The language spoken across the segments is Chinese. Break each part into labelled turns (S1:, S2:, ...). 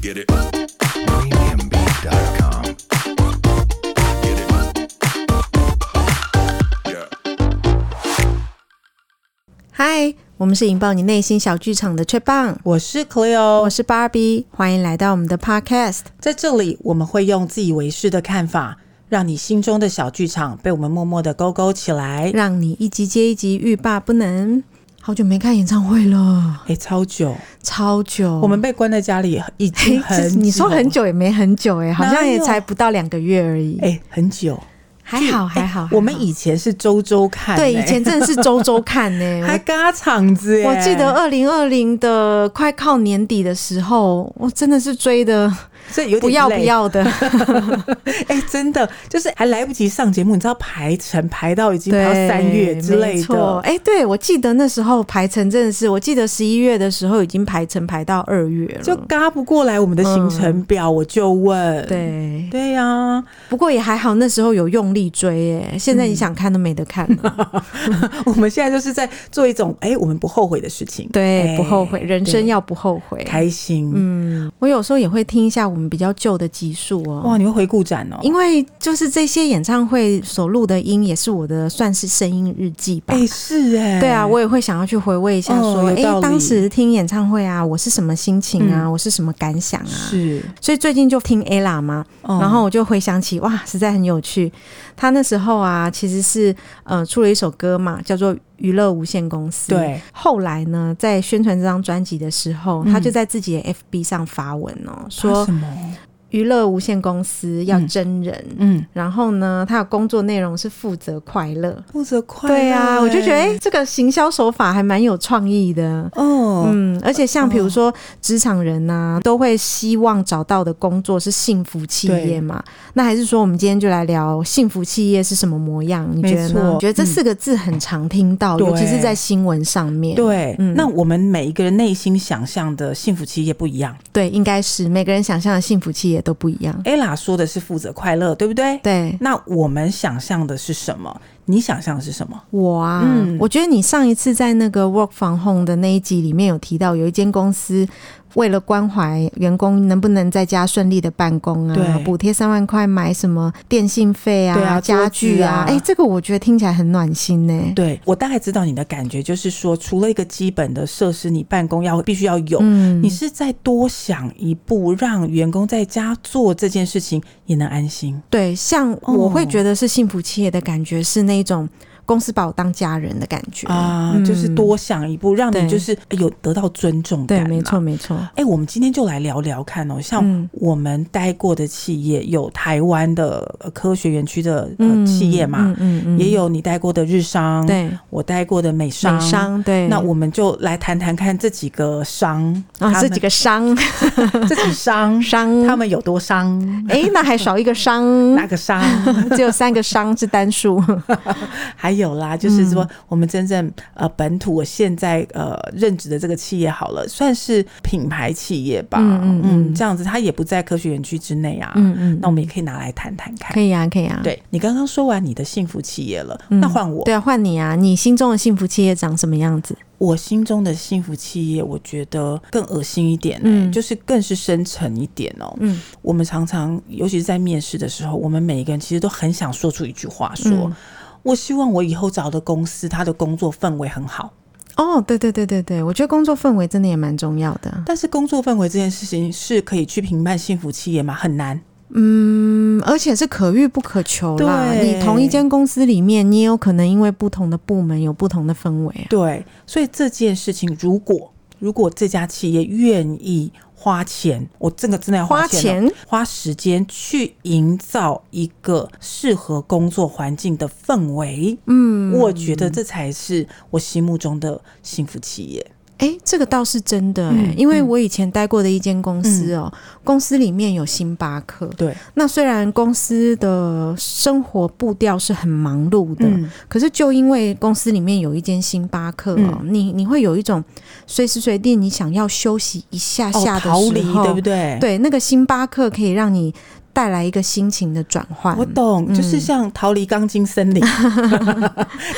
S1: Get it. Premiumbeat.com. Get it. Yeah.
S2: 嗨，我们是引爆你内心小剧场的雀棒，
S3: 我是
S2: 我
S3: Cleo，
S2: 是芭比，欢迎来到我们的 Podcast。
S3: 在这里我们会用自以为是的看法，让你心中的小剧场被我们默默的勾勾起来。
S2: 让你一集接一集欲罢不能。好久没看演唱会了，
S3: 哎，超久，
S2: 超久。
S3: 我们被关在家里已
S2: 嘿
S3: 经
S2: 其
S3: 很
S2: 实
S3: 久，
S2: 哦你说很久也没很久哎、好像也
S3: 哪有
S2: 才不到两个月而已。
S3: 哎，很久。
S2: 还好哦还好，
S3: 我们
S2: 还好
S3: 以前是周周看，
S2: 对
S3: 哎
S2: 以前真的是周周看呢、
S3: 还
S2: 我
S3: 嘎场子，
S2: 我
S3: 哎
S2: 记得，哦二零二零的快靠年底的时候，我真的是追的
S3: 这有点
S2: 不要不
S3: 累。
S2: 要 的，
S3: 哎，真的就是还来不及上节目，你知道排程排到已经
S2: 对，
S3: 排到三月之类
S2: 没错
S3: 的，
S2: 哎、对我记得那时候排程真的是，我记得十一月的时候已经排程排到二月了，
S3: 就嘎不过来我们的行程表，我就问，
S2: 嗯对。
S3: 对呀，
S2: 不过也还好，那时候有用力追、哎，现在你想看都没得看了。
S3: 嗯 我们现在就是在做一种哎、我们不后悔的事情，
S2: 对，
S3: 哎
S2: 不后悔，人生
S3: 对
S2: 要不后悔。
S3: 开心。
S2: 嗯，我有时候也会听一下我们比较旧的集数哦。
S3: 哇，你会回顾展哦？
S2: 因为就是这些演唱会所录的音，也是我的算是声音日记吧。
S3: 哎、是哎、
S2: 对啊，我也会想要去回味一下，
S3: 哦
S2: 说，哎、
S3: 有道理
S2: 当时听演唱会啊，我是什么心情啊，
S3: 嗯
S2: 我是什么感想啊？
S3: 是，
S2: 所以最近就听 ella 嘛，
S3: 嗯
S2: 然后我就回想起，哇，实在很有趣。他那时候啊，其实是呃出了一首歌嘛，叫做《娱乐无限公司》。。
S3: 对，
S2: 后来呢，在宣传这张专辑的时候，
S3: 嗯
S2: 他就在自己的 FB 上发文哦，说
S3: 啊什么？
S2: 娱乐无限公司要
S3: 嗯
S2: 真人，
S3: 嗯，
S2: 然后呢，他的工作内容是负责快乐。
S3: 负责快乐
S2: 对啊，
S3: 哎
S2: 我就觉得哎、诶这个行销手法还蛮有创意的。
S3: 哦，
S2: 嗯，而且像比如说职场人呐、都会希望找到的工作是幸福企业嘛。那还是说，我们今天就来聊幸福企业是什么模样？你觉得
S3: 没
S2: 呢
S3: 错？
S2: 我觉得这四个字很常听到，
S3: 对
S2: 尤其是在新闻上面。
S3: 对、
S2: 嗯
S3: 那我们每一个人内心想象的幸福企业不一样。
S2: 对，应该是每个人想象的幸福企业都不一样。
S3: ella 说的是负责快乐，对不对？
S2: 对
S3: 那我们想象的是什么？你想象的是什么？
S2: 我啊、
S3: 嗯
S2: 我觉得你上一次在那个 work from home 的那一集里面有提到，有一间公司为了关怀员工能不能在家顺利的办公啊，
S3: 对
S2: 补贴三万块买什么电信费啊、
S3: 对啊
S2: 家具啊，
S3: 桌子
S2: 哎、
S3: 啊
S2: 这个我觉得听起来很暖心呢、
S3: 对我大概知道你的感觉，就是说，除了一个基本的设施，你办公要必须要有，
S2: 嗯
S3: 哦你是再多想一步，让员工在家做这件事情也能安心。
S2: 对，像
S3: 哦
S2: 我会觉得是幸福企业的感觉，是那种公司把我当家人的感觉
S3: 啊，
S2: 嗯
S3: 就是多想一步，让
S2: 对
S3: 你就是哎有得到尊重
S2: 对，
S3: 感、
S2: 没错，。没错，
S3: 哎、我们今天就来聊聊看哦，像
S2: 嗯
S3: 我们待过的企业，有台湾的呃科学园区的、呃、企业嘛，
S2: 嗯嗯嗯
S3: 也有你待过的日商，
S2: 对
S3: 我待过的美商。
S2: 美商对，
S3: 那我们就来谈谈看这几个商，
S2: 啊这
S3: 他们
S2: 几个商，
S3: 这几商
S2: 商
S3: 他们有多商？
S2: 哎、那还少一个商，
S3: 哪个商？
S2: 只有三个商是单数。
S3: 还有啦，就是
S2: 嗯
S3: 说我们真正呃本土我现在呃任职的这个企业好了，算是品牌企业吧，
S2: 嗯嗯嗯
S3: 这样子它也不在科学园区之内啊，
S2: 嗯嗯，
S3: 那我们也可以拿来谈谈看
S2: 可。以啊，可以啊。，
S3: 对你刚刚说完你的幸福企业了，
S2: 嗯
S3: 那换我，
S2: 对啊，换你啊，你心中的幸福企业长什么样子？
S3: 我心中的幸福企业，我觉得更恶心一点、欸，
S2: 嗯
S3: 就是更是深沉一点哦、
S2: 嗯
S3: 我们常常，尤其是在面试的时候，我们每一个人其实都很想说出一句话说，
S2: 嗯
S3: 我希望我以后找的公司，它的工作氛围很好。
S2: 哦，对对对对对，我觉得工作氛围真的也蛮重要的。
S3: 但是工作氛围这件事情是可以去评判幸福企业吗？很难。
S2: 嗯，而且是可遇不可求啦。
S3: 对
S2: 你同一间公司里面，你也有可能因为不同的部门有不同的氛围啊。
S3: 对，所以这件事情，如果如果这家企业愿意花钱，我这个真的要
S2: 花
S3: 钱哦、
S2: 钱，
S3: 花时间去营造一个适合工作环境的氛围，
S2: 嗯，
S3: 我觉得这才是我心目中的幸福企业。
S2: 哎、这个倒是真的、哎，
S3: 嗯
S2: 因为我以前待过的一间公司哦、公司里面有星巴克，
S3: 对，
S2: 那虽然公司的生活步调是很忙碌的，，
S3: 嗯
S2: 可是就因为公司里面有一间星巴克哦，
S3: 嗯
S2: 你你会有一种随时随地你想要休息一下
S3: 哦，
S2: 下的时
S3: 逃离
S2: 候，
S3: 对不对？
S2: 对那个星巴克可以让你。带来一个心情的转换。
S3: 我
S2: 嗯
S3: 懂，就是像逃离钢筋森 林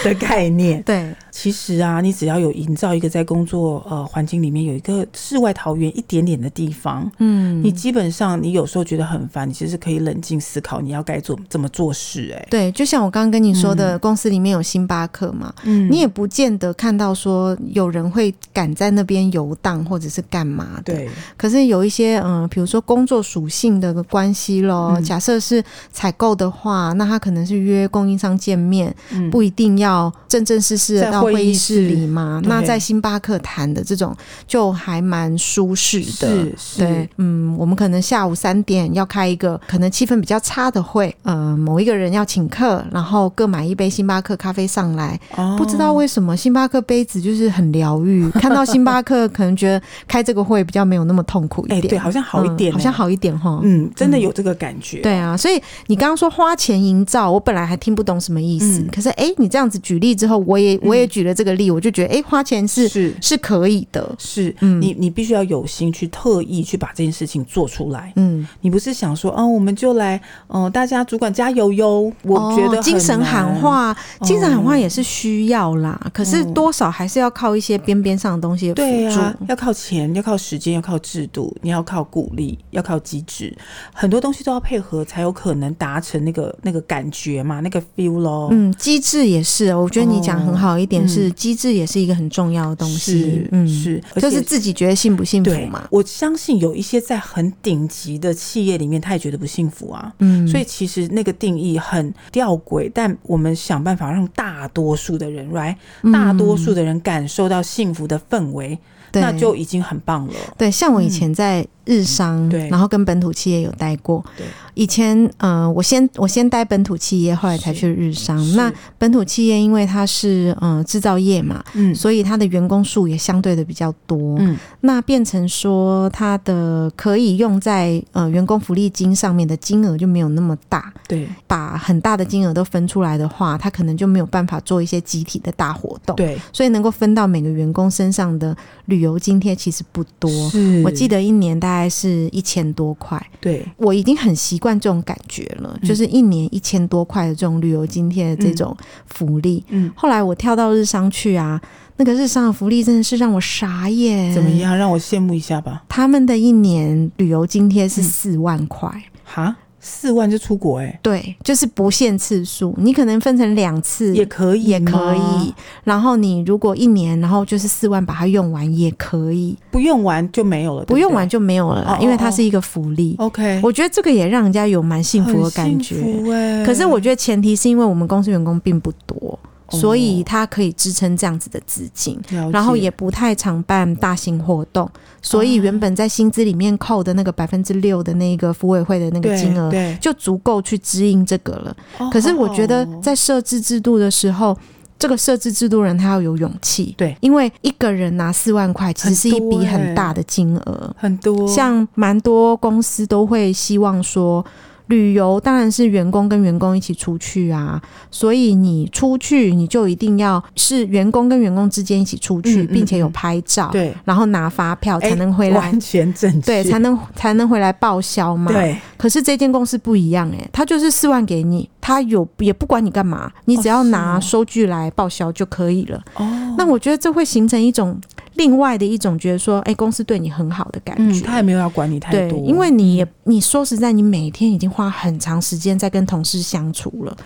S3: 的概念。
S2: 对，
S3: 其实啊，你只要有营造一个在工作呃环境里面有一个世外桃源一点点的地方，
S2: 嗯，
S3: 你基本上你有时候觉得很烦，你其实可以冷静思考你要该做怎么做事、哎，
S2: 对，就像我刚刚跟你说的，公司里面有星巴克嘛，
S3: 嗯
S2: 你也不见得看到说有人会赶在那边游荡或者是干嘛的。
S3: 对，
S2: 可是有一些嗯，呃比如说工作属性的关系咯，
S3: 嗯
S2: 假设是采购的话，那他可能是约供应商见面，
S3: 嗯
S2: 不一定要正正式式的
S3: 在
S2: 到
S3: 会
S2: 会
S3: 议
S2: 议室里嘛。
S3: 对
S2: 那在星巴克谈的这种就还蛮舒适的
S3: 是。是
S2: 对，，嗯，我们可能下午三点要开一个可能气氛比较差的会，呃，某一个人要请客，然后各买一杯星巴克咖啡上来，
S3: 哦
S2: 不知道为什么星巴克杯子就是很疗愈， 看到星巴克可能觉得开这个会比较没有那么痛苦
S3: 哎、
S2: 一点，
S3: 对，好像好一点、
S2: 嗯好像
S3: 哎，
S2: 好一点哈。
S3: 嗯，真的有这个感觉。
S2: 对啊，所以你刚刚说花钱营造，我本来还听不懂什么意思，
S3: 嗯
S2: 可是哎、你这样子举例之后，我也我也举了这个例，我就觉得哎、花钱是
S3: 是
S2: 是可以的，
S3: 是，
S2: 嗯
S3: 你你必须要有心去特意去把这件事情做出来。
S2: 嗯，
S3: 你不是想说，哦，我们就来，嗯、大家主管加油哟。我觉得、
S2: 哦精神喊，话，精神喊话
S3: 哦
S2: 也是需要啦，可是
S3: 嗯
S2: 多少还是要靠一些边边上的东西的
S3: 对
S2: 辅助。
S3: 啊，要靠钱，要靠时间，要靠制度，你要靠鼓励，要靠机制，很多东西都要配合，才有可能达成那个那个感觉嘛，那个 feel 咯。
S2: 嗯，机制也是，哦我觉得你讲很好一点是，
S3: 哦嗯
S2: 机制也是一个很重要的东西
S3: 是。
S2: 嗯，
S3: 是，而
S2: 就
S3: 且
S2: 是自己觉得幸不幸福
S3: 对
S2: 嘛。
S3: 我相信有一些在很顶级的企业里面，他也觉得不幸福啊。
S2: 嗯，
S3: 所以其实那个定义很吊诡，但我们想办法让大多数的人，right，、大
S2: 嗯
S3: 多数的人感受到幸福的氛围，
S2: 对
S3: 那就已经很棒了。
S2: 对。像我以前在日商，
S3: 嗯对
S2: 然后跟本土企业有待过。
S3: 对，
S2: 以前呃，我先我先待本土企业，后来才
S3: 是
S2: 去日商。
S3: 是
S2: 嗯那本土企业因为它是呃制造业嘛，
S3: 嗯
S2: 所以它的员工数也相对的比较多。
S3: 嗯
S2: 那变成说它的可以用在呃员工福利金上面的金额就没有那么大。
S3: 对
S2: 把很大的金额都分出来的话，他可能就没有办法做一些集体的大活动。，
S3: 对
S2: 所以能够分到每个员工身上的旅游津贴其实不多。
S3: 是
S2: 我记得一年大概是一千多块，
S3: 对
S2: 我已经很习惯这种感觉了，
S3: 嗯
S2: 就是一年一千多块的这种旅游津贴的这种福利。
S3: 嗯
S2: 后来我跳到日商去啊，那个日商的福利真的是让我傻眼。
S3: 怎么？样？让我羡慕一下吧。
S2: 他们的一年旅游津贴
S3: 嗯
S2: 是四万块。
S3: 哈，四万就出国哎、
S2: 对，就是不限次数，你可能分成两次
S3: 也可以
S2: 也
S3: 嗯吗
S2: 可以，。然后你如果一年，然后就是四万把它用完也可以，
S3: 不用完就没有了，对
S2: 不
S3: 对
S2: 用完。就没有了啦
S3: 哦哦
S2: 因为它是一个福利。
S3: OK，
S2: 我觉得这个也让人家有蛮幸福的感觉。
S3: 哎、
S2: 可是我觉得前提是因为我们公司员工并不多，
S3: 哦
S2: 所以它可以支撑这样子的资金。
S3: 了解啊
S2: 然后也不太常办大型活动，所以原本在薪资里面扣的那个百分之六的那个服委会的那个
S3: 对
S2: 金额，
S3: 对，
S2: 就足够去支应这个了。可是我觉得
S3: 哦
S2: 在设置制度的时候，这个设置制度人他要有勇气，
S3: 对
S2: 因为一个人拿四万块其实是一笔很大的金额，
S3: 很多
S2: 像蛮多公司都会希望说。旅游当然是员工跟员工一起出去啊，所以你出去你就一定要是员工跟员工之间一起出去，
S3: 嗯嗯
S2: 并且有
S3: 嗯
S2: 拍照，
S3: 对
S2: 然后拿发票
S3: 哎
S2: 才能回来，
S3: 完全正
S2: 对，
S3: 确，
S2: 才能才能回来报销嘛。
S3: 对，
S2: 可是这间公司不一样诶、他就是四万给你，他有也不管你干嘛，你只要拿
S3: 哦是
S2: 收据来报销就可以了。
S3: 哦
S2: 那我觉得这会形成一种另外的一种觉得说，哎、公司对你很好的感
S3: 嗯，
S2: 觉。
S3: 他也没有要管你太
S2: 对
S3: 多，，嗯
S2: 因为你也你说实在，你每天已经花很长时间在跟同事相处了，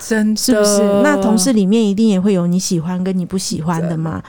S3: 真的
S2: 是不是？那同事里面一定也会有你喜欢跟你不喜欢的嘛。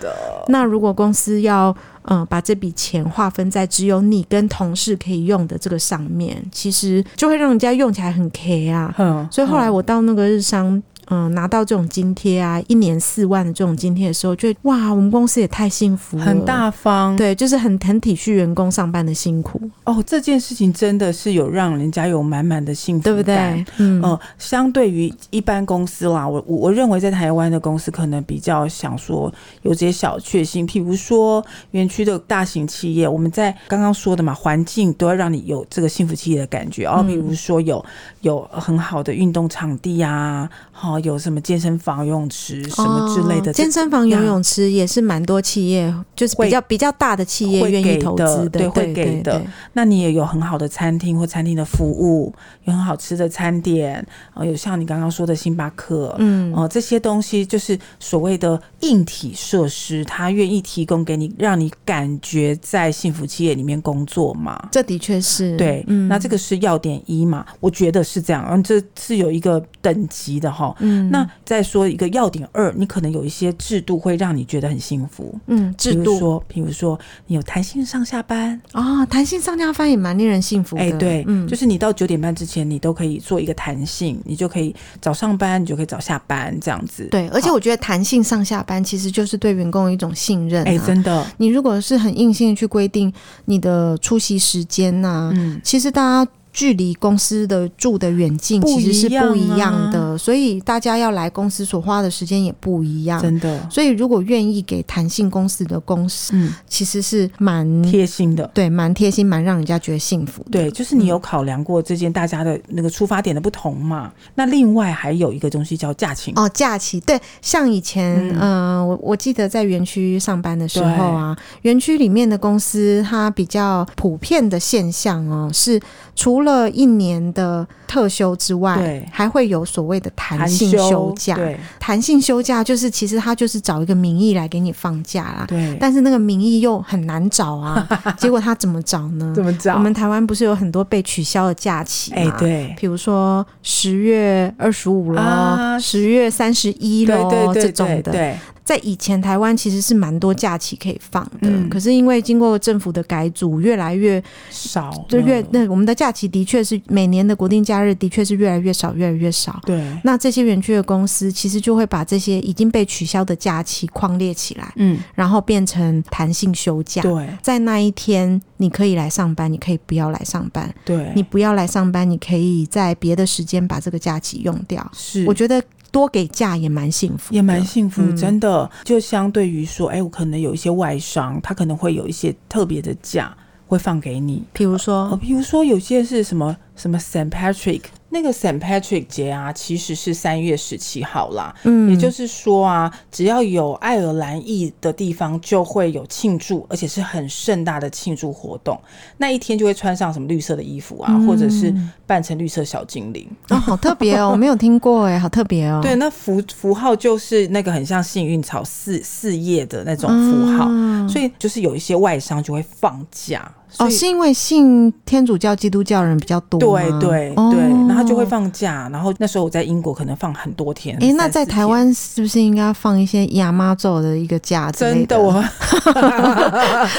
S2: 那如果公司要呃把这笔钱划分在只有你跟同事可以用的这个上面，其实就会让人家用起来很 K 啊。
S3: 嗯，
S2: 所以后来我到那个日商，嗯、拿到这种津贴啊，一年四万的这种津贴的时候，就会哇，我们公司也太幸福了，
S3: 很。大方，
S2: 对，就是很很体恤员工上班的辛苦，
S3: 哦，这件事情真的是有让人家有满满的幸福，
S2: 对不对？？嗯，
S3: 嗯，相对于一般公司啦，我我我认为在台湾的公司可能比较想说有这些小确幸，譬如说园区的大型企业，我们在刚刚说的嘛，环境都要让你有这个幸福企业的感觉哦，
S2: 嗯
S3: 比如说有有很好的运动场地啊，好、有什么健身房、游泳池什么之类的，
S2: 哦健身房、游泳池也是蛮多企业，就是比较比较大的企业
S3: 会
S2: 愿
S3: 给
S2: 意投资
S3: 的对会
S2: 对
S3: 给
S2: 对
S3: 的
S2: 对
S3: 那你也有很好的餐厅或餐厅的服务，有很好吃的餐点，呃，有像你刚刚说的星巴克，
S2: 嗯
S3: 哦、这些东西就是所谓的硬体设施，它愿意提供给你，让你感觉在幸福企业里面工作嘛。
S2: 这的确是
S3: 对，
S2: 嗯，
S3: 那这个是要点一嘛，我觉得是这样，嗯，这是有一个等级的哈。
S2: 嗯
S3: 那再说一个要点二，你可能有一些制度会让你觉得很幸福，
S2: 嗯制
S3: 比如
S2: 度
S3: 说，比如说你有弹性上下班，
S2: 啊，弹性上下班也蛮令人幸福的。
S3: 哎、对，
S2: 嗯，
S3: 就是你到九点半之前，你都可以做一个弹性，你就可以早上班，你就可以早下班这样子。，
S2: 对，而且
S3: 好
S2: 我觉得弹性上下班其实就是对员工一种信任、啊。
S3: 哎、真的，
S2: 你如果是很硬性地去规定你的出席时间啊呐、
S3: 嗯，
S2: 其实大家。距离公司的住的远近
S3: 不
S2: 其实是
S3: 一样
S2: 不一样
S3: 啊
S2: 的，所以大家要来公司所花的时间也不一样。
S3: 真的，
S2: 所以如果愿意给弹性公司的公司，
S3: 嗯，
S2: 其实是蛮
S3: 贴心的。
S2: 对蛮贴心，蛮让人家觉得幸福的。
S3: 对，就是你有考量过这件大家的那个出发点的不同嘛？那另外还有一个东西叫假期，
S2: 哦，假期对，像以前，嗯，呃、我我记得在园区上班的时候啊，园区里面的公司它比较普遍的现象哦，是除了一年的特休之外
S3: 对，
S2: 还会有所谓的弹
S3: 含
S2: 性休假。
S3: 对
S2: 弹性休假就是其实它就是找一个名义来给你放假啦，
S3: 对，
S2: 但是那个名义又很难找 啊，结果他怎么找呢？
S3: 怎么找？
S2: 我们台湾不是有很多被取消的假期吗？
S3: 啊哎、对，
S2: 比如说十月二十五喽，
S3: 啊
S2: 十、月三十一
S3: 对
S2: 喽，
S3: 对对
S2: 这
S3: 对
S2: 种的，
S3: 对，
S2: 在以前台湾其实是蛮多假期可以放的，
S3: 嗯
S2: 可是因为经过政府的改组，越来越
S3: 少
S2: 就越
S3: 了
S2: 那我们的假期的确是每年的国定假日的确是越来越少，越来越少。
S3: 对，
S2: 那这些园区的公司其实就会把这些已经被取消的假期框列起来，
S3: 嗯，
S2: 然后变成弹性休假。
S3: 对
S2: 在那一天，你可以来上班，你可以不要来上班，
S3: 对，
S2: 你不要来上班，你可以在别的时间把这个假期用掉。
S3: 是
S2: 我觉得多给假也蛮幸福的，
S3: 也蛮幸福，
S2: 嗯
S3: 真的。就相对于说，哎、我可能有一些外商，他可能会有一些特别的假会放给你。
S2: 比如
S3: 哦，
S2: 说，
S3: 比如说有些是什么什么 Saint Patrick，那个 Saint Patrick 节啊，其实是三月十七号啦。
S2: 嗯，
S3: 也就是说啊，只要有爱尔兰裔的地方，就会有庆祝，而且是很盛大的庆祝活动。那一天就会穿上什么绿色的衣服
S2: 嗯
S3: 啊，或者是扮成绿色小精灵。
S2: 哦，好特别 哦，我没有听过哎，好特别哦，
S3: 对，那符符号就是那个很像幸运草四四叶的那种符号，
S2: 嗯
S3: 所以就是有一些外商就会放假，所
S2: 哦，
S3: 以、
S2: 是因为信天主教、基督教人比较多
S3: 对
S2: 吗，
S3: 对对，
S2: 哦
S3: 然后他就会。放假，然后那时候我在英国可能放很多天，
S2: 哎，那
S3: 三
S2: 在
S3: 四
S2: 台
S3: 天。
S2: 湾是不是应该放一些亚妈咒的一个假之类
S3: 真的，我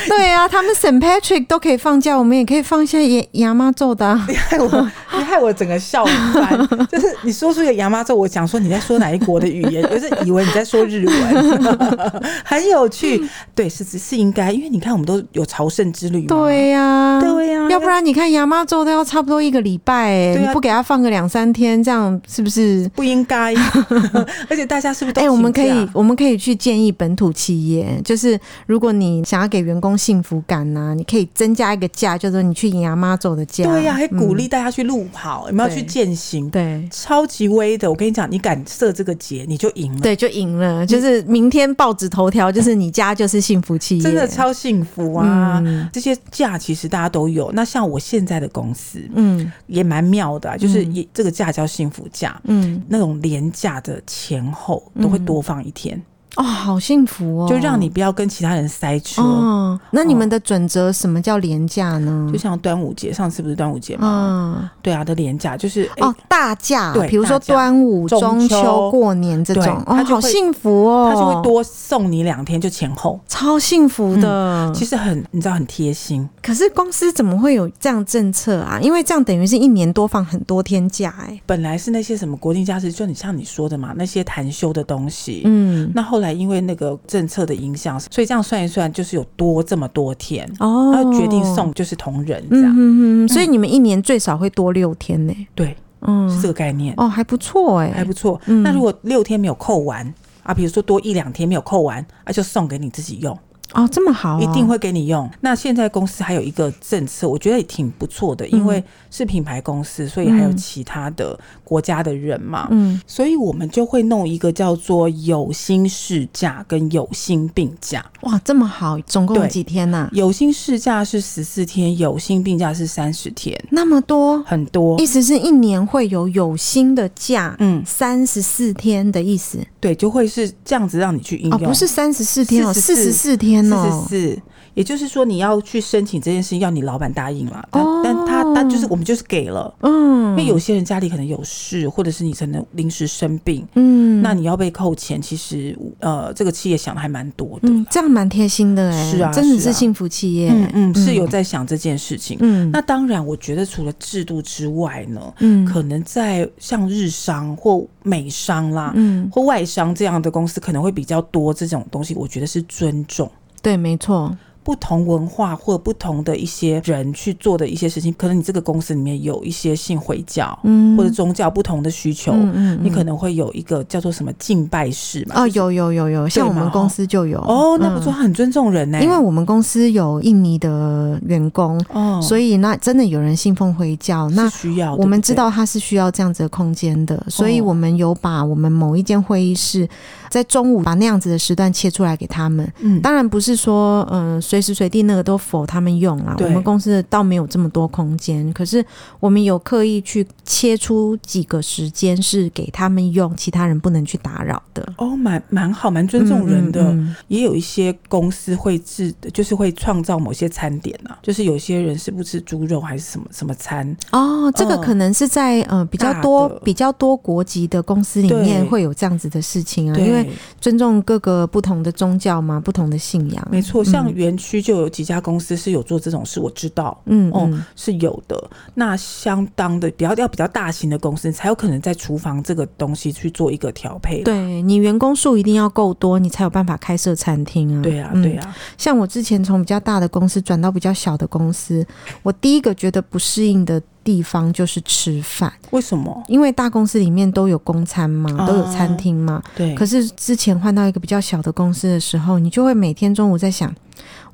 S2: 对啊，他们 St. Patrick 都可以放假，我们也可以放一些亚亚妈咒的、啊。
S3: 你害我，你害我整个笑翻。就是你说出一个牙妈之后，我想说你在说哪一国的语言，就是以为你在说日文， 很有趣。对，是只是应该，因为你看我们都有朝圣之旅嘛，
S2: 对呀、
S3: 对呀、
S2: 要不然你看牙妈咒都要差不多一个礼拜哎、
S3: 对啊
S2: 你不给他放个两三天，这样是不是？
S3: 不应该， 而且大家是不是都
S2: 哎、
S3: 请假？
S2: 我们可以，我们可以去建议本土企业，就是如果你想要给员工幸福感呐、你可以增加一个假，叫做你去牙妈走的假。
S3: 对呀、还鼓
S2: 嗯、
S3: 励大家去路跑，有没有
S2: 对
S3: 去践行？
S2: 对
S3: 超级威的，我跟你讲，你敢设这个节，你就赢了，
S2: 对，就赢了。就是明天报纸头条就是你家就是幸福企业，
S3: 真的超幸福啊！
S2: 嗯
S3: 这些假其实大家都有。那像我现在的公司
S2: 嗯
S3: 也蛮妙的、啊，就是也、这个假叫幸福假，
S2: 嗯
S3: 那种廉价的前后都会多放一天，
S2: 哦，好幸嗯福哦，
S3: 就让你不要跟其他人塞车。
S2: 哦。那你们的准则什么叫廉价呢？
S3: 就像端午节，上次不是端午节吗？
S2: 嗯。
S3: 对啊，的廉价就是、哎
S2: 哦，大假，
S3: 对
S2: 比如说
S3: 大假
S2: 端午、
S3: 中
S2: 中秋、
S3: 秋
S2: 过年这
S3: 对
S2: 种，哦，
S3: 它就
S2: 好
S3: 会
S2: 幸福哦，
S3: 他就会多送你两天，就前后。
S2: 超幸福的。
S3: 其实很，你知道很贴心，
S2: 可是公司怎么会有这样政策啊？因为这样等于是一年多放很多天假、哎，
S3: 本来是那些什么国定假日，就你像你说的嘛，那些谈休的东西。
S2: 嗯，
S3: 那后来因为那个政策的影响，所以这样算一算，就是有多这么多天，
S2: 哦，
S3: 然后决定送就是同人这
S2: 嗯，
S3: 样，
S2: 嗯嗯嗯，所以你们一年最少会多六天呢、
S3: 对，是
S2: 嗯，
S3: 这个概念，
S2: 哦，还不错哎、
S3: 还不错。
S2: 嗯
S3: 那如果六天没有扣完啊，比如说多一两天没有扣完啊，就送给你自己用，
S2: 哦，这么好哦、
S3: 一定会给你用。那现在公司还有一个政策，我觉得也挺不错的，因
S2: 嗯
S3: 为是品牌公司，所以还有其他的国家的人嘛，
S2: 嗯
S3: 所以我们就会弄一个叫做有薪事假跟有薪病假。
S2: 哇，这么好，总共有几天呐、
S3: 有薪事假是十四天，有薪病假是三十天，
S2: 那么多，
S3: 很多
S2: 意。思是一年会有有薪的假
S3: 嗯，
S2: 三十四天的意思
S3: 对，就会是这样子让你去应
S2: 哦，
S3: 用。
S2: 不是三十四天哦，四十
S3: 44
S2: 四天哦
S3: 四十，四，也就是说你要去申请这件事情，要你老板答应了，但、
S2: 哦
S3: 但他但就是我们就是给了，因
S2: 嗯
S3: 为有些人家里可能有事，或者是你可能临时生病，
S2: 嗯，
S3: 那你要被扣钱，其实呃这个企业想的还蛮多的，
S2: 嗯，这样蛮贴心的哎、
S3: 是啊
S2: 真的
S3: 是
S2: 是
S3: 啊
S2: 幸福企业，
S3: 嗯嗯是有在想这件事情。
S2: 嗯，
S3: 那当然，我觉得除了制度之外呢，
S2: 嗯
S3: 可能在像日商或美商啦。
S2: 嗯，
S3: 或外商这样的公司可能会比较多这种东西，我觉得是尊重。
S2: 对，没错，
S3: 不同文化或不同的一些人去做的一些事情，可能你这个公司里面有一些信回教、
S2: 嗯，
S3: 或者宗教不同的需求，
S2: 嗯嗯嗯
S3: 你可能会有一个叫做什么敬拜式嘛。
S2: 哦，有有有有，像我们公司就有
S3: 哦，那不错，
S2: 嗯
S3: 哎他很尊重人呢、
S2: 因为我们公司有印尼的员工，
S3: 哦，
S2: 所以那真的有人信奉回教，
S3: 是
S2: 那
S3: 需要
S2: 我们
S3: 对哦
S2: 知
S3: 不对
S2: 道它是需要这样子的空间的，所以我们有把我们某一间会议室在中午把那样子的时段切出来给他们。
S3: 嗯，
S2: 当然不是说，嗯、随时随地那个都否他们用啦。
S3: 对
S2: 我们公司倒没有这么多空间，可是我们有刻意去切出几个时间是给他们用，其他人不能去打扰的。
S3: 哦，蛮蛮好，蛮尊重人的。
S2: 嗯嗯嗯
S3: 也有一些公司会制，就是会创造某些餐点啊，就是有些人是不吃猪肉还是什么什么餐，
S2: 哦，这个
S3: 嗯
S2: 可能是在呃比较
S3: 大
S2: 多
S3: 的
S2: 比较多国籍的公司里面
S3: 对
S2: 会有这样子的事情啊，
S3: 对，
S2: 因为尊重各个不同的宗教嘛，不同的信仰。
S3: 没错，像
S2: 嗯
S3: 园区就有几家公司是有做这种事，我知道。
S2: 嗯
S3: 哦
S2: 嗯
S3: 是有的，那相当的比较要比较大型的公司才有可能在厨房这个东西去做一个调配。
S2: 对你员工数一定要够多，你才有办法开设餐厅啊。
S3: 对啊，
S2: 嗯
S3: 对啊，
S2: 像我之前从比较大的公司转到比较小的公司，我第一个觉得不适应的地方就是吃饭，
S3: 为什么？
S2: 因为大公司里面都有公餐嘛，都有餐
S3: 哦
S2: 厅嘛，
S3: 对，
S2: 可是之前换到一个比较小的公司的时候，你就会每天中午在想，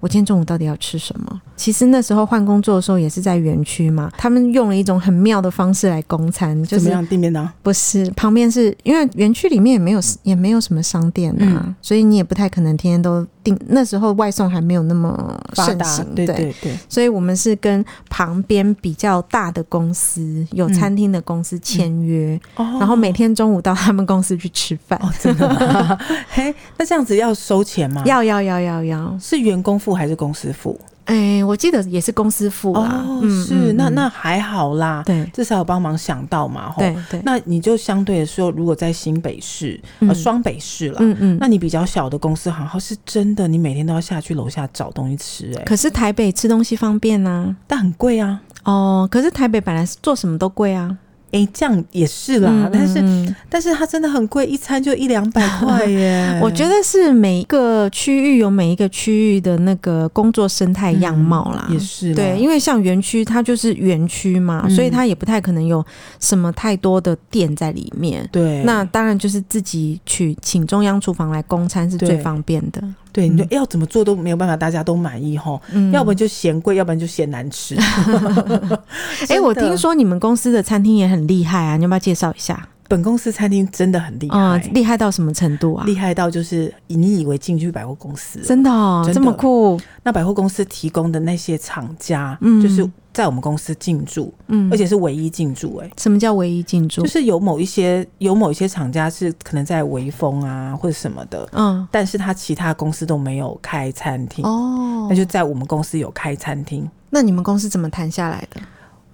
S2: 我今天中午到底要吃什么？其实那时候换工作的时候也是在园区嘛，他们用了一种很妙的方式来供餐，就
S3: 怎么
S2: 是
S3: 样订便当？
S2: 不是旁边是因为园区里面也没有也没有什么商店啊，
S3: 嗯
S2: 所以你也不太可能天天都订。那时候外送还没有那么
S3: 发
S2: 盛
S3: 达
S2: 行，，
S3: 对对对，
S2: 所以我们是跟旁边比较大的公司有餐厅的公司签约，
S3: 哦
S2: 然后每天中午到他们公司去吃饭。
S3: 哦，真的吗？ 嘿，那这样子要收钱吗？
S2: 要要要要要，
S3: 是员工付还是公司付？
S2: 哎、我记得也是公司付啊，
S3: 哦，
S2: 嗯
S3: 是，
S2: 嗯
S3: 那
S2: 嗯
S3: 那还好啦，
S2: 对
S3: 至少有帮忙想到嘛，吼。
S2: 对对，
S3: 那你就相对的说，如果在新北市，呃，
S2: 嗯
S3: 双北市啦，
S2: 嗯嗯。
S3: 那你比较小的公司行号是真的，你每天都要下去楼下找东西吃、欸，哎，
S2: 可是台北吃东西方便啊，
S3: 但很贵啊。
S2: 哦，可是台北本来是做什么都贵啊，
S3: 哎、这样也是啦，
S2: 嗯
S3: 但是
S2: 嗯
S3: 但是它真的很贵，一餐就一两百块耶
S2: 嗯。 我觉得是每一个区域有每一个区域的那个工作生态样貌啦，
S3: 嗯也是啦，
S2: 对，因为像园区它就是园区嘛，
S3: 嗯
S2: 所以它也不太可能有什么太多的店在里面。
S3: 对，
S2: 那当然就是自己去请中央厨房来供餐是最
S3: 对
S2: 方便的。
S3: 对，你就要怎么做都没有办法，大家都满意吼。
S2: 嗯
S3: 要不然就嫌贵，要不然就嫌 难吃。
S2: 哎、
S3: 真
S2: 我
S3: 的
S2: 听说你们公司的餐厅也很厉害啊，你要不要介绍一下？
S3: 本公司餐厅真的很厉害，
S2: 啊，厉害到什么程度啊？
S3: 厉害到就是你以为进去百货公司，
S2: 真的哦，
S3: 真的
S2: 这么酷，
S3: 那百货公司提供的那些厂家，
S2: 嗯
S3: 就是在我们公司进驻，
S2: 嗯
S3: 而，且是唯一进驻、欸，哎。
S2: 什么叫唯一进驻
S3: 就？是有某一些有某一些厂家是可能在微风啊或者什么的，
S2: 嗯，
S3: 但是他其他公司都没有开餐厅，
S2: 哦
S3: 那，就在我们公司有开餐厅。
S2: 那你们公司怎么谈下来的？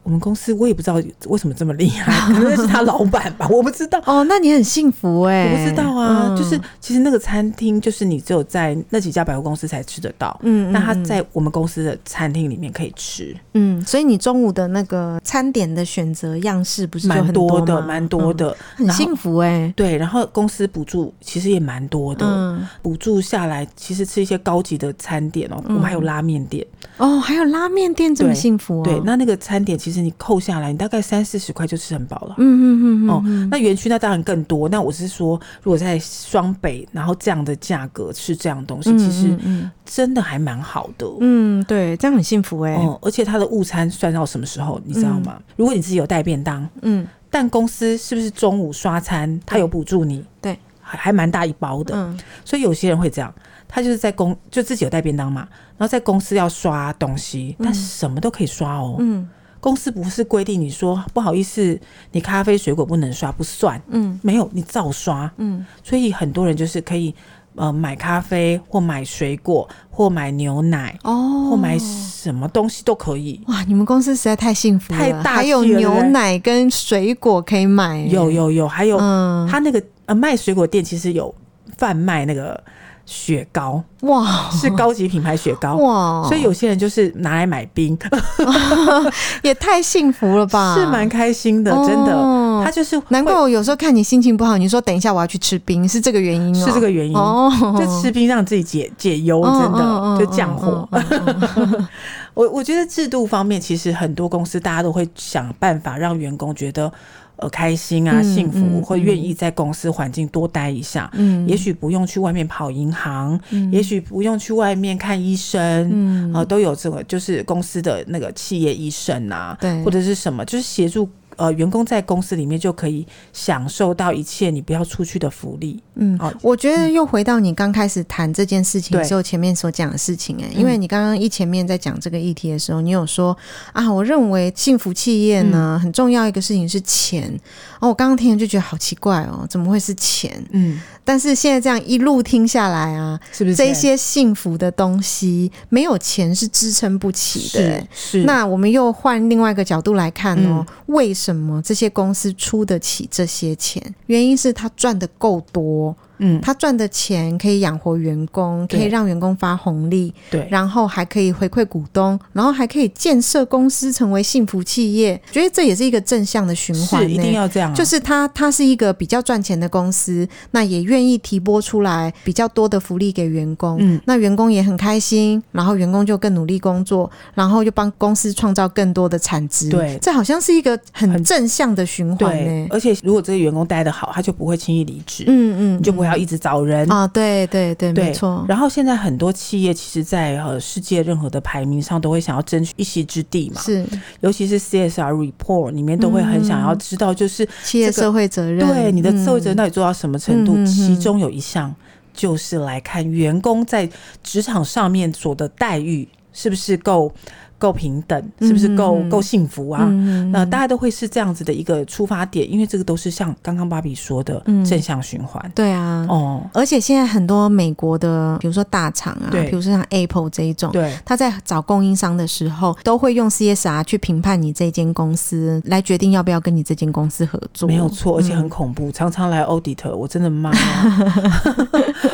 S3: 我们公司我也不知道为什么这么厉害，可能那是他老板吧，我不知道。
S2: 哦，那你很幸福哎、
S3: 我不知道啊，
S2: 嗯
S3: 就是其实那个餐厅就是你只有在那几家百货公司才吃得到，
S2: 嗯，
S3: 那他
S2: 嗯
S3: 在我们公司的餐厅里面可以吃，
S2: 嗯，所以你中午的那个餐点的选择样式不是就
S3: 蛮
S2: 很多
S3: 的，
S2: 吗
S3: 蛮多，的，
S2: 嗯很
S3: 然后
S2: 幸福哎、
S3: 对，然后公司补助其实也蛮多的，
S2: 嗯，
S3: 补助下来，其实吃一些高级
S2: 嗯
S3: 的餐点哦，我们还有拉面店。
S2: 哦，还有拉面店这么
S3: 对
S2: 幸福哦，
S3: 对，那那个餐点其实你扣下来，你大概三四十块就吃很饱了。
S2: 嗯嗯嗯
S3: 哦
S2: 嗯，嗯，
S3: 那园区那当然更多。那我是说，如果在双北，然后这样的价格吃这样的东西，其实
S2: 嗯嗯
S3: 真的还蛮好的。
S2: 嗯，嗯嗯对，这样很幸福哎、
S3: 哦，而且它的午餐算到什么时候，你知道吗？如果你自己有带便当，
S2: 嗯
S3: 但公司是不是中午刷餐，它有补助你？
S2: 对
S3: 还还蛮大一包的。
S2: 嗯
S3: 所以有些人会这样，他就是在公就自己有带便当嘛，然后在公司要刷东西，但什么都可以刷哦。
S2: 嗯
S3: 公司不是规定你说不好意思，你咖啡水果不能刷不算，
S2: 嗯
S3: 没有你照刷。
S2: 嗯
S3: 所以很多人就是可以呃买咖啡或买水果或买牛奶
S2: 哦，
S3: 或买什么东西都可以。
S2: 哇，你们公司实在太幸福了，
S3: 太大气了
S2: 还有
S3: 对不对
S2: 牛奶跟水果可以买、
S3: 有有有，还有
S2: 哎嗯，
S3: 他那个呃卖水果店其实有贩卖那个雪糕，
S2: 哇
S3: 是高级品牌雪糕。
S2: 哦哇，
S3: 所以有些人就是拿来买 冰，呃
S2: 也太幸福了吧？
S3: 是蛮开心的，真的。
S2: 哦
S3: 他就是会
S2: 难怪我有时候看你心情不好，你说等一下我要去吃冰，是这个原因、哦，
S3: 是这个原因，
S2: 哦，
S3: 就吃冰让自己解解忧，
S2: 嗯
S3: 真
S2: 嗯嗯
S3: 的就降火。
S2: 嗯嗯嗯嗯
S3: 我我觉得制度方面，其实很多公司大家都会想办法让员工觉得呃开心啊、
S2: 嗯
S3: 幸福，
S2: 嗯
S3: 会愿意在公司环境多待一下。
S2: 嗯
S3: 也许不用去外面跑银行，
S2: 嗯
S3: 也许不用去外面看医生，
S2: 嗯
S3: 啊、都有这个就是公司的那个企业医生啊，
S2: 对
S3: 或者是什么，就是协助呃员工在公司里面就可以享受到一切你不要出去的福利。
S2: 嗯
S3: 哦，
S2: 我觉得又回到你刚开始谈这件事情的时候，前面所讲的事情、哎，
S3: 嗯
S2: 因为你刚刚一前面在讲这个议题的时候，你有说啊，我认为幸福企业呢、
S3: 嗯
S2: 很重要一个事情是钱，哦，我刚刚听了就觉得好奇怪哦，怎么会是钱？
S3: 嗯，
S2: 但是现在这样一路听下来啊，
S3: 是不是
S2: 这一些幸福的东西没有钱是支撑不起的、哎
S3: 是是嗯
S2: 那我们又换另外一个角度来看哦，为什么这些公司出得起这些钱？原因是他赚的够多，
S3: 嗯
S2: 他赚的钱可以养活员工，可
S3: 对
S2: 以让员工发红利，
S3: 对
S2: 然后还可以回馈股东，然后还可以建设公司成为幸福企业。觉得这也是一个正向的循环、
S3: 是
S2: 呢。
S3: 一定要这样、啊，
S2: 就是它，它是一个比较赚钱的公司，那也愿意提拨出来比较多的福利给员工，
S3: 嗯
S2: 那员工也很开心，然后员工就更努力工作，然后就帮公司创造更多的产值。
S3: 对
S2: 这好像是一个很
S3: 很
S2: 正向的循环呢、
S3: 对，而且如果这个员工待得好，他就不会轻易离职，
S2: 嗯嗯，
S3: 你就不会要一直找人。
S2: 啊，对对对，
S3: 对
S2: 没错，
S3: 然后现在很多企业其实在，呃世界任何的排名上都会想要争取一席之地嘛，
S2: 是
S3: 尤其是 CSR report 里面都会很想要知道，就是、
S2: 企业
S3: 这个
S2: 社会责任，
S3: 对你的
S2: 嗯
S3: 社会责任到底做到什么程度？
S2: 嗯嗯嗯
S3: 其中有一项就是来看员工在职场上面所的待遇是不是够够平等，是不是够
S2: 嗯嗯嗯
S3: 够幸福啊？
S2: 嗯
S3: 那大家都会是这样子的一个出发点，因为这个都是像刚刚芭比说的
S2: 嗯
S3: 正向循环。
S2: 对啊。
S3: 哦，
S2: 而且现在很多美国的，比如说大厂啊，
S3: 对
S2: 比如说像 Apple 这一种，
S3: 对，
S2: 他在找供应商的时候，都会用 CSR 去评判你这间公司，来决定要不要跟你这间公司合作。
S3: 没有错，而且很
S2: 嗯
S3: 恐怖，常常来 audit，我真 的妈呀，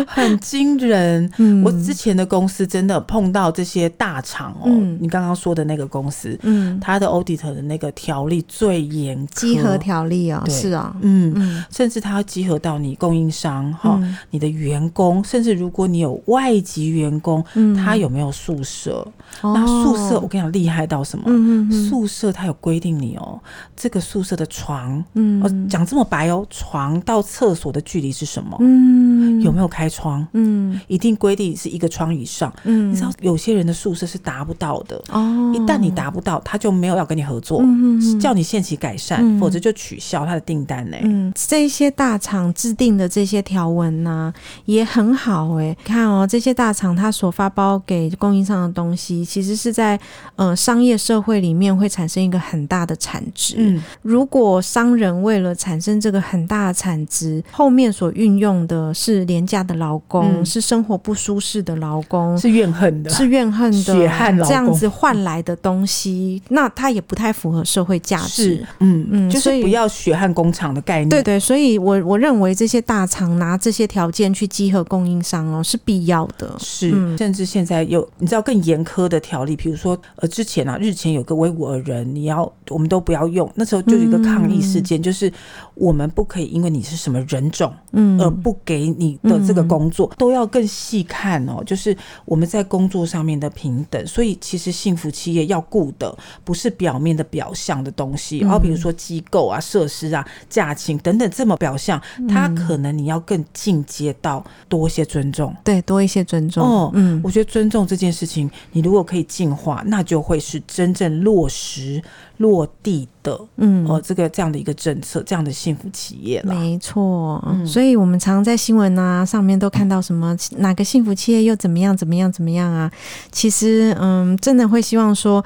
S3: 很惊人。
S2: 嗯
S3: 我之前的公司真的碰到这些大厂哦，
S2: 嗯
S3: 你刚刚说的那个公司，
S2: 嗯，
S3: 它的 audit 的那个条例最严苛，
S2: 集合，条例哦，
S3: 对
S2: 是哦，
S3: 嗯，
S2: 嗯，
S3: 甚至它要集合到你供应商哈、
S2: 嗯
S3: 你的员工，甚至如果你有外籍员工，
S2: 嗯
S3: 他有没有宿舍？
S2: 哦
S3: 那宿舍我跟你讲厉害到什么？
S2: 嗯嗯嗯
S3: 宿舍它有规定你哦，这个宿舍的床，
S2: 嗯
S3: 哦，讲这么白哦，床到厕所的距离是什么？
S2: 嗯
S3: 有没有开窗？
S2: 嗯
S3: 一定规定是一个窗以上。
S2: 嗯，
S3: 你知道有些人的宿舍是达不到的，
S2: 哦，
S3: 一旦你达不到，他就没有要跟你合作，
S2: 嗯嗯嗯
S3: 叫你限期改善，
S2: 嗯
S3: 否则就取消他的订单呢、
S2: 嗯，这些大厂制定的这些条文呢、也很好诶、看哦，这些大厂它所发包给供应商的东西，其实是在呃商业社会里面会产生一个很大的产值。
S3: 嗯，
S2: 如果商人为了产生这个很大的产值，后面所运用的是廉价的劳工，
S3: 嗯
S2: 是生活不舒适的劳工，
S3: 是怨恨的，
S2: 是怨恨的
S3: 血汗劳工
S2: 这样子换来的东西，那它也不太符合社会价值
S3: 是。嗯
S2: 嗯
S3: 嗯，就
S2: 所以
S3: 是不要血汗工厂的概念。
S2: 对对，所以我我认为这些大厂拿这些条件去集合供应商哦是必要的。
S3: 是，
S2: 嗯
S3: 甚至现在有你知道更严苛的条例，比如说呃，之前啊，日前有个维吾尔人，你要我们都不要用，那时候就有一个抗议事件，就是我们不可以因为你是什么人种
S2: 嗯，
S3: 而不给你的这个工作，都要更细看哦，就是我们在工作上面的平等。所以其实幸福企业要顾的不是表面的表象的东西，
S2: 嗯
S3: 然后比如说机构啊、设施啊、价钱等等这么表象，它可能你要更进阶到多一些尊重。
S2: 对，多一些尊重。
S3: 哦
S2: 嗯，
S3: 我觉得尊重这件事情，你如果可以进化，那就会是真正落实落地的，
S2: 嗯
S3: 哦，这个这样的一个政策，这样的幸福企业啦。
S2: 没错，
S3: 嗯
S2: 所以我们常在新闻啊上面都看到什么哪个幸福企业又怎么样怎么样怎么样啊。其实，嗯，真的会希望说。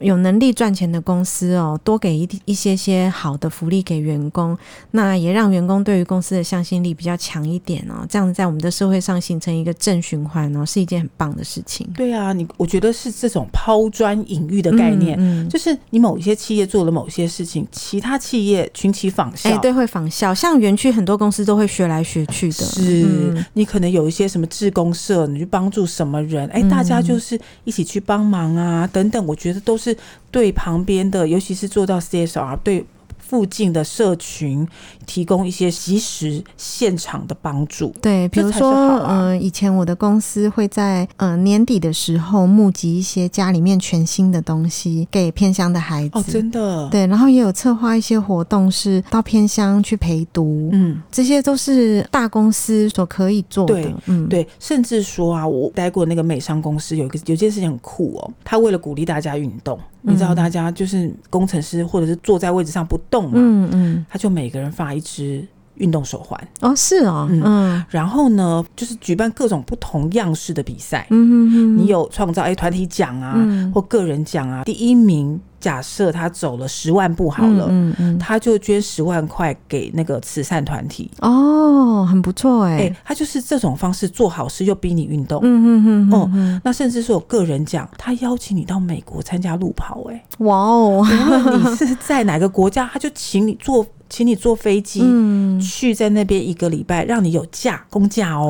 S2: 有能力赚钱的公司哦，多给一一些些好的福利给员工，那也让员工对于公司的向心力比较强一点哦。这样子在我们的社会上形成一个正循环哦，是一件很棒的事情。
S3: 对啊，你我觉得是这种抛砖引玉的概念，
S2: 嗯，嗯
S3: 就是你某一些企业做了某些事情，其他企业群起仿效。
S2: 哎、对，会仿效，像园区很多公司都会学来学去的，
S3: 是、
S2: 嗯
S3: 你可能有一些什么志工社，你去帮助什么人，哎、
S2: 嗯
S3: 大家就是一起去帮忙啊，等等，我觉得都是对旁边的，尤其是做到 CSR 对。附近的社群提供一些及时现场的帮助，
S2: 对，比
S3: 这
S2: 如
S3: 才是
S2: 说，
S3: 好啊
S2: 呃，以前我的公司会在呃年底的时候募集一些家里面全新的东西给偏乡的孩子。
S3: 哦，真的，，
S2: 对，然后也有策划一些活动，是到偏乡去陪读，
S3: 嗯，
S2: 这些都是大公司所可以做
S3: 对
S2: 的。嗯，，
S3: 对，甚至说啊，我待过那个美商公司，有一个有件事情很酷哦，他为了鼓励大家运动，你知道，
S2: 嗯
S3: 大家就是工程师或者是坐在位置上不动嘛，
S2: 嗯嗯，
S3: 他就每个人发一只运动手环，
S2: 哦，是哦，
S3: 嗯
S2: 嗯嗯
S3: 然后呢，就是举办各种不同样式的比赛，
S2: 嗯嗯，
S3: 你有创造哎团体奖啊，
S2: 嗯
S3: 或个人奖啊，第一名假设他走了十万步好了，
S2: 嗯嗯嗯
S3: 他就捐十万块给那个慈善团体，
S2: 哦，很不错哎、
S3: 哎、他就是这种方式做好事又逼你运动。
S2: 嗯嗯嗯，
S3: 哦
S2: 嗯，
S3: 那甚至是我个人奖，他邀请你到美国参加路跑、 哎，
S2: 哇哦，
S3: 无论你是在哪个国家，他就请你坐，请你坐飞机、
S2: 嗯
S3: 去在那边一个礼拜，让你有假公假哦，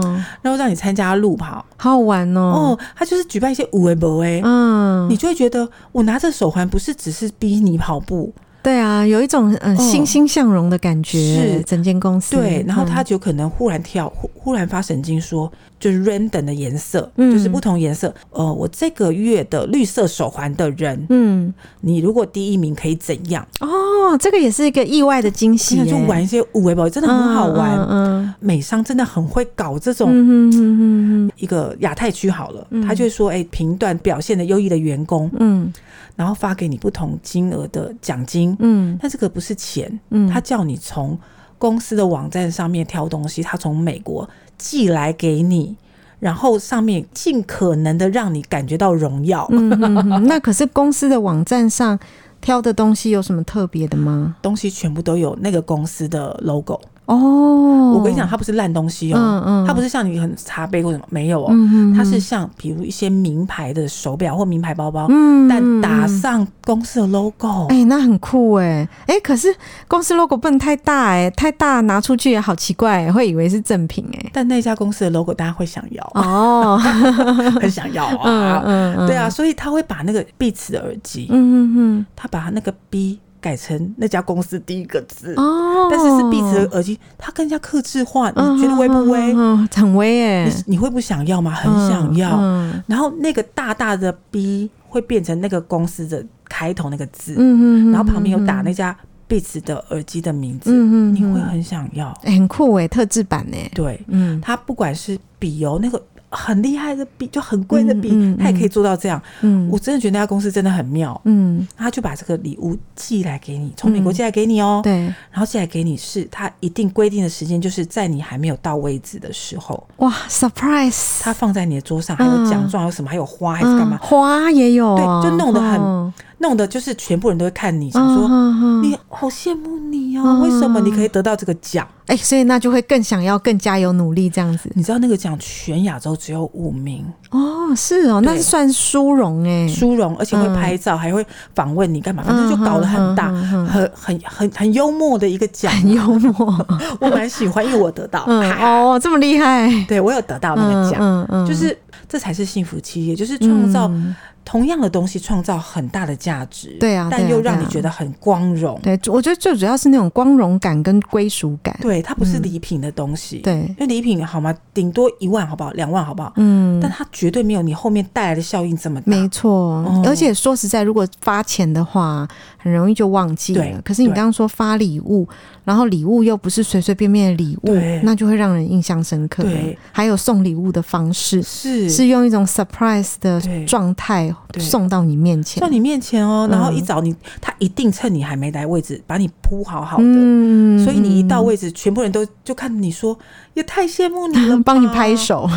S2: 哦，
S3: 然后让你参加路跑，
S2: 好好玩哦，
S3: 哦，哎他就是举办一些无为不为，
S2: 嗯，
S3: 你就会觉得我拿着手环不是只是逼你跑步，
S2: 对啊，有一种嗯、呃
S3: 哦
S2: 欣欣向荣的感觉，
S3: 是
S2: 整间公司
S3: 对，然后他
S2: 嗯
S3: 就可能忽然跳，忽忽然发神经说，就是 random 的颜色，
S2: 嗯
S3: 就是不同颜色，呃，我这个月的绿色手环的人，
S2: 嗯
S3: 你如果第一名可以怎样？
S2: 哦，这个也是一个意外的惊喜
S3: 现
S2: 耶，
S3: 在就玩一些无为不为，真的很好玩。
S2: 嗯
S3: 美商真的很会搞这种。
S2: 嗯嗯嗯嗯
S3: 一个亚太区好了，
S2: 嗯
S3: 他就会说：“哎、评断表现的优异的员工，
S2: 嗯
S3: 然后发给你不同金额的奖金。
S2: 嗯
S3: 但这个不是钱，
S2: 嗯，
S3: 他叫你从公司的网站上面挑东西，他从美国寄来给你，然后上面尽可能的让你感觉到荣耀。
S2: 嗯嗯嗯 嗯那可是公司的网站上挑的东西有什么特别的吗？
S3: 东西全部都有那个公司的 logo。
S2: 哦，
S3: 我跟你讲，它不是烂东西哦，
S2: 嗯嗯，
S3: 它不
S2: 是
S3: 是像你很茶杯或什么没有哦，
S2: 嗯嗯，
S3: 它是像比如一些名牌的手表或名牌包包，
S2: 嗯，
S3: 但
S2: 嗯。
S3: 打
S2: 嗯
S3: 上公司的 logo。
S2: 哎、那很酷哎、哎、可是公司 logo 不能太大哎、太大拿出去也好奇怪、欸，会以为是正品哎、
S3: 但那家公司的 logo 大家会想要，
S2: 哦，
S3: 很想要
S2: 嗯
S3: 啊，
S2: 嗯，嗯
S3: 对啊，，所以他会把那个 Beats 的耳机，
S2: 嗯嗯
S3: 他把那个 B 改成那家公司第一个字，
S2: 嗯，哦，
S3: 但是是 B 子的耳机，它更加克制化，你觉得威不威？
S2: 嗯嗯嗯嗯很威哎、
S3: 你你会不想要吗？很想要。
S2: 嗯
S3: 然后那个大大的 B 会变成那个公司的开头那个字，
S2: 嗯嗯，
S3: 然后旁边有打那
S2: 个，
S3: 家 B 子的耳机的名字，
S2: 嗯嗯，
S3: 你会
S2: 嗯
S3: 很想要。
S2: 哎很酷哎、特制版哎、
S3: 对，
S2: 嗯
S3: 它不管是笔油那个。很厉害的笔，就很贵的笔，
S2: 嗯嗯嗯
S3: 它也可以做到这样。
S2: 嗯，
S3: 我真的觉得那家公司真的很妙，
S2: 嗯
S3: 他就把这个礼物寄来给你，从美国寄来给你哦。
S2: 嗯对，
S3: 然后寄来给你是他一定规定的时间，就是在你还没有到位置的时候，
S2: 哇，surprise，
S3: 他放在你的桌上，还有奖状，还有什么，还有花，还是干嘛
S2: 嗯，花也有哦、
S3: 对就弄得很
S2: 哦
S3: 弄的就是全部人都会看你，想说。
S2: 嗯嗯嗯
S3: 你好羡慕你哦！
S2: 嗯
S3: 为什么你可以得到这个奖？
S2: 哎、所以那就会更想要更加油努力这样子
S3: 你知道那个奖全亚洲只有五名，
S2: 哦，是哦，
S3: 对
S2: 那是算殊荣哎、
S3: 殊荣，而且会拍照，还会访问你干嘛？反正就搞得很大，
S2: 嗯嗯嗯嗯
S3: 很很很很幽默的一个奖，啊
S2: 很幽默，
S3: 我蛮喜欢，因为我得到，
S2: 嗯
S3: 哈
S2: 哦，这么厉害，
S3: 对我有得到那个奖，
S2: 嗯嗯嗯，
S3: 就是这才是幸福企业，就是创造
S2: 嗯
S3: 同样的东西，创造很大的价值，
S2: 对啊对
S3: 但
S2: 啊
S3: 又
S2: 对
S3: 让你
S2: 啊
S3: 觉得很光荣。
S2: 对，我觉得最主要是那种光荣感跟归属感。
S3: 对，它不是
S2: 嗯
S3: 礼品的东西，
S2: 对
S3: 因为礼品好吗？顶多一万好不好？两万好不好？
S2: 嗯，
S3: 但它绝对没有你后面带来的效应这么大。
S2: 没错
S3: 哦。
S2: 而且说实在，如果发钱的话，很容易就忘记
S3: 对
S2: 了。可是你
S3: 对
S2: 刚刚说发礼物，然后礼物又不是随随便便的礼物
S3: 对，
S2: 那就会让人印象深刻。
S3: 对，
S2: 还有送礼物的方式
S3: 是
S2: 是用一种 surprise 的
S3: 对
S2: 状态
S3: 对
S2: 送到你面前
S3: 到。你面前哦，然后一
S2: 嗯
S3: 早你、他一定趁你还没来位置把你铺好好的。
S2: 嗯
S3: 所以你一到位置，全部人都就看着你说，也太羡慕你了
S2: 嗯，
S3: 吧，
S2: 帮你拍，手，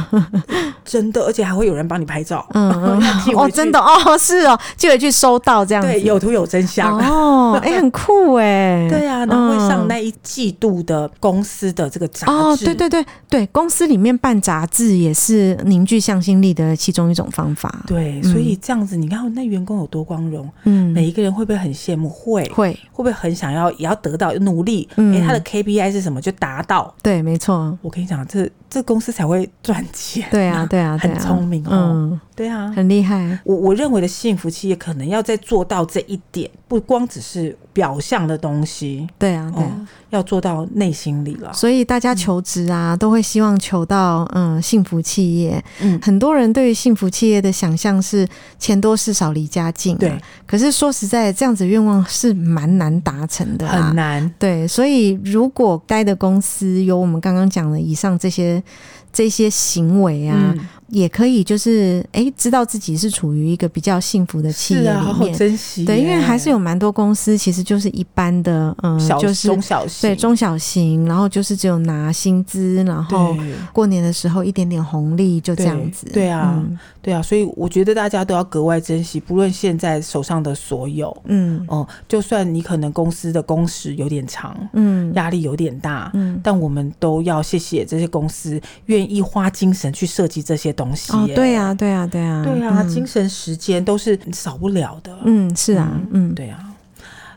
S3: 真的，而且还会有人帮你拍照，
S2: 嗯嗯
S3: 要寄，回
S2: 哦，
S3: 去
S2: 真的哦，是哦，寄回去收到这样子，
S3: 对，有图有真相，
S2: 哦，哎、很酷哎、
S3: 对啊，然后会上
S2: 嗯
S3: 那一季度的公司的这个杂志，
S2: 哦，对对对对，公司里面办杂志也是凝聚向心力的其中一种方法。，
S3: 对，
S2: 嗯
S3: 所以这样子，你看那员工有多光荣，
S2: 嗯，
S3: 每一个人会不会很羡慕？会，会
S2: 会，
S3: 不会很想要也要得到努力？
S2: 嗯
S3: 诶，他的 KPI 是什么？就达到。
S2: 对，没错，
S3: 我跟你讲，这这公司才会赚钱。
S2: 对啊，对啊，对啊，
S3: 很聪明哦对啊
S2: 嗯，，很厉害，
S3: 我我认为的幸福企业可能要再做到这一点，不光只是表象的东西，
S2: 对啊，对啊。啊
S3: 嗯，要做到内心里了。
S2: 所以大家求职啊，都会希望求到嗯幸福企业。
S3: 嗯，
S2: 很多人对于幸福企业的想象是钱多事少离家近、啊
S3: 对，，
S2: 可是说实在，这样子愿望是蛮难达成的、啊，
S3: 很难。
S2: 对，所以如果待的公司有我们刚刚讲的以上这些这些行为啊，
S3: 嗯，
S2: 也可以就是哎、诶知道自己是处于一个比较幸福的企业
S3: 是
S2: 里
S3: 啊，好好
S2: 面。
S3: 珍惜耶。
S2: 对，因为还是有蛮多公司其实就是一般的，嗯、
S3: 小
S2: 就是
S3: 中小型
S2: 对中小型，然后就是只有拿薪资，然后
S3: 对
S2: 过年的时候一点点红利，就这样子。
S3: 对啊
S2: 嗯
S3: 对啊，所以我觉得大家都要格外珍惜，不论现在手上的所有，
S2: 嗯
S3: 哦、就算你可能公司的工时有点长，
S2: 嗯
S3: 压力有点大。
S2: 嗯，
S3: 但我们都要谢谢这些公司愿意花精神去设计这些东西。
S2: 哦，对，啊，对啊，对啊，
S3: 对啊，
S2: 嗯
S3: 精神时间都是少不了的。
S2: 嗯是啊，嗯，
S3: 对啊，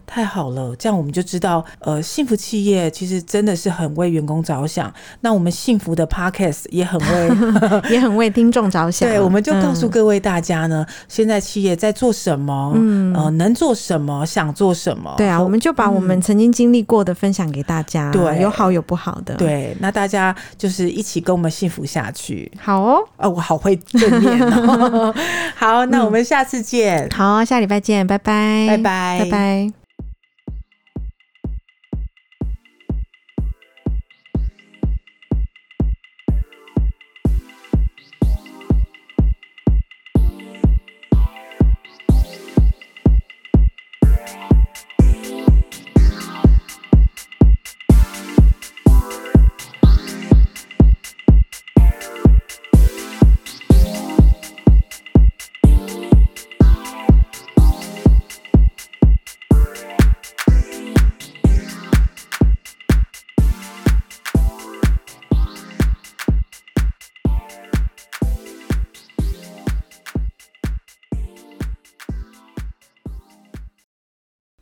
S3: 太好了，这样我们就知道，呃，幸福企业其实真的是很为员工着想。那我们幸福的 Podcast 也 很为，
S2: 也很为听众着想。
S3: 对，我们就告诉
S2: 嗯
S3: 各位大家呢，现在企业在做什么，嗯、呃，能做什么，想做什么。
S2: 对啊，我们就把我们曾经经历过的分享给大家，
S3: 嗯对
S2: 有好有不好的，，
S3: 对，那大家就是一起跟我们幸福下去。
S2: 好哦，
S3: 啊，我好会正面
S2: 嗯
S3: 哦。好，那我们下次见，
S2: 好，下礼拜见，拜拜，
S3: 拜拜
S2: 拜拜。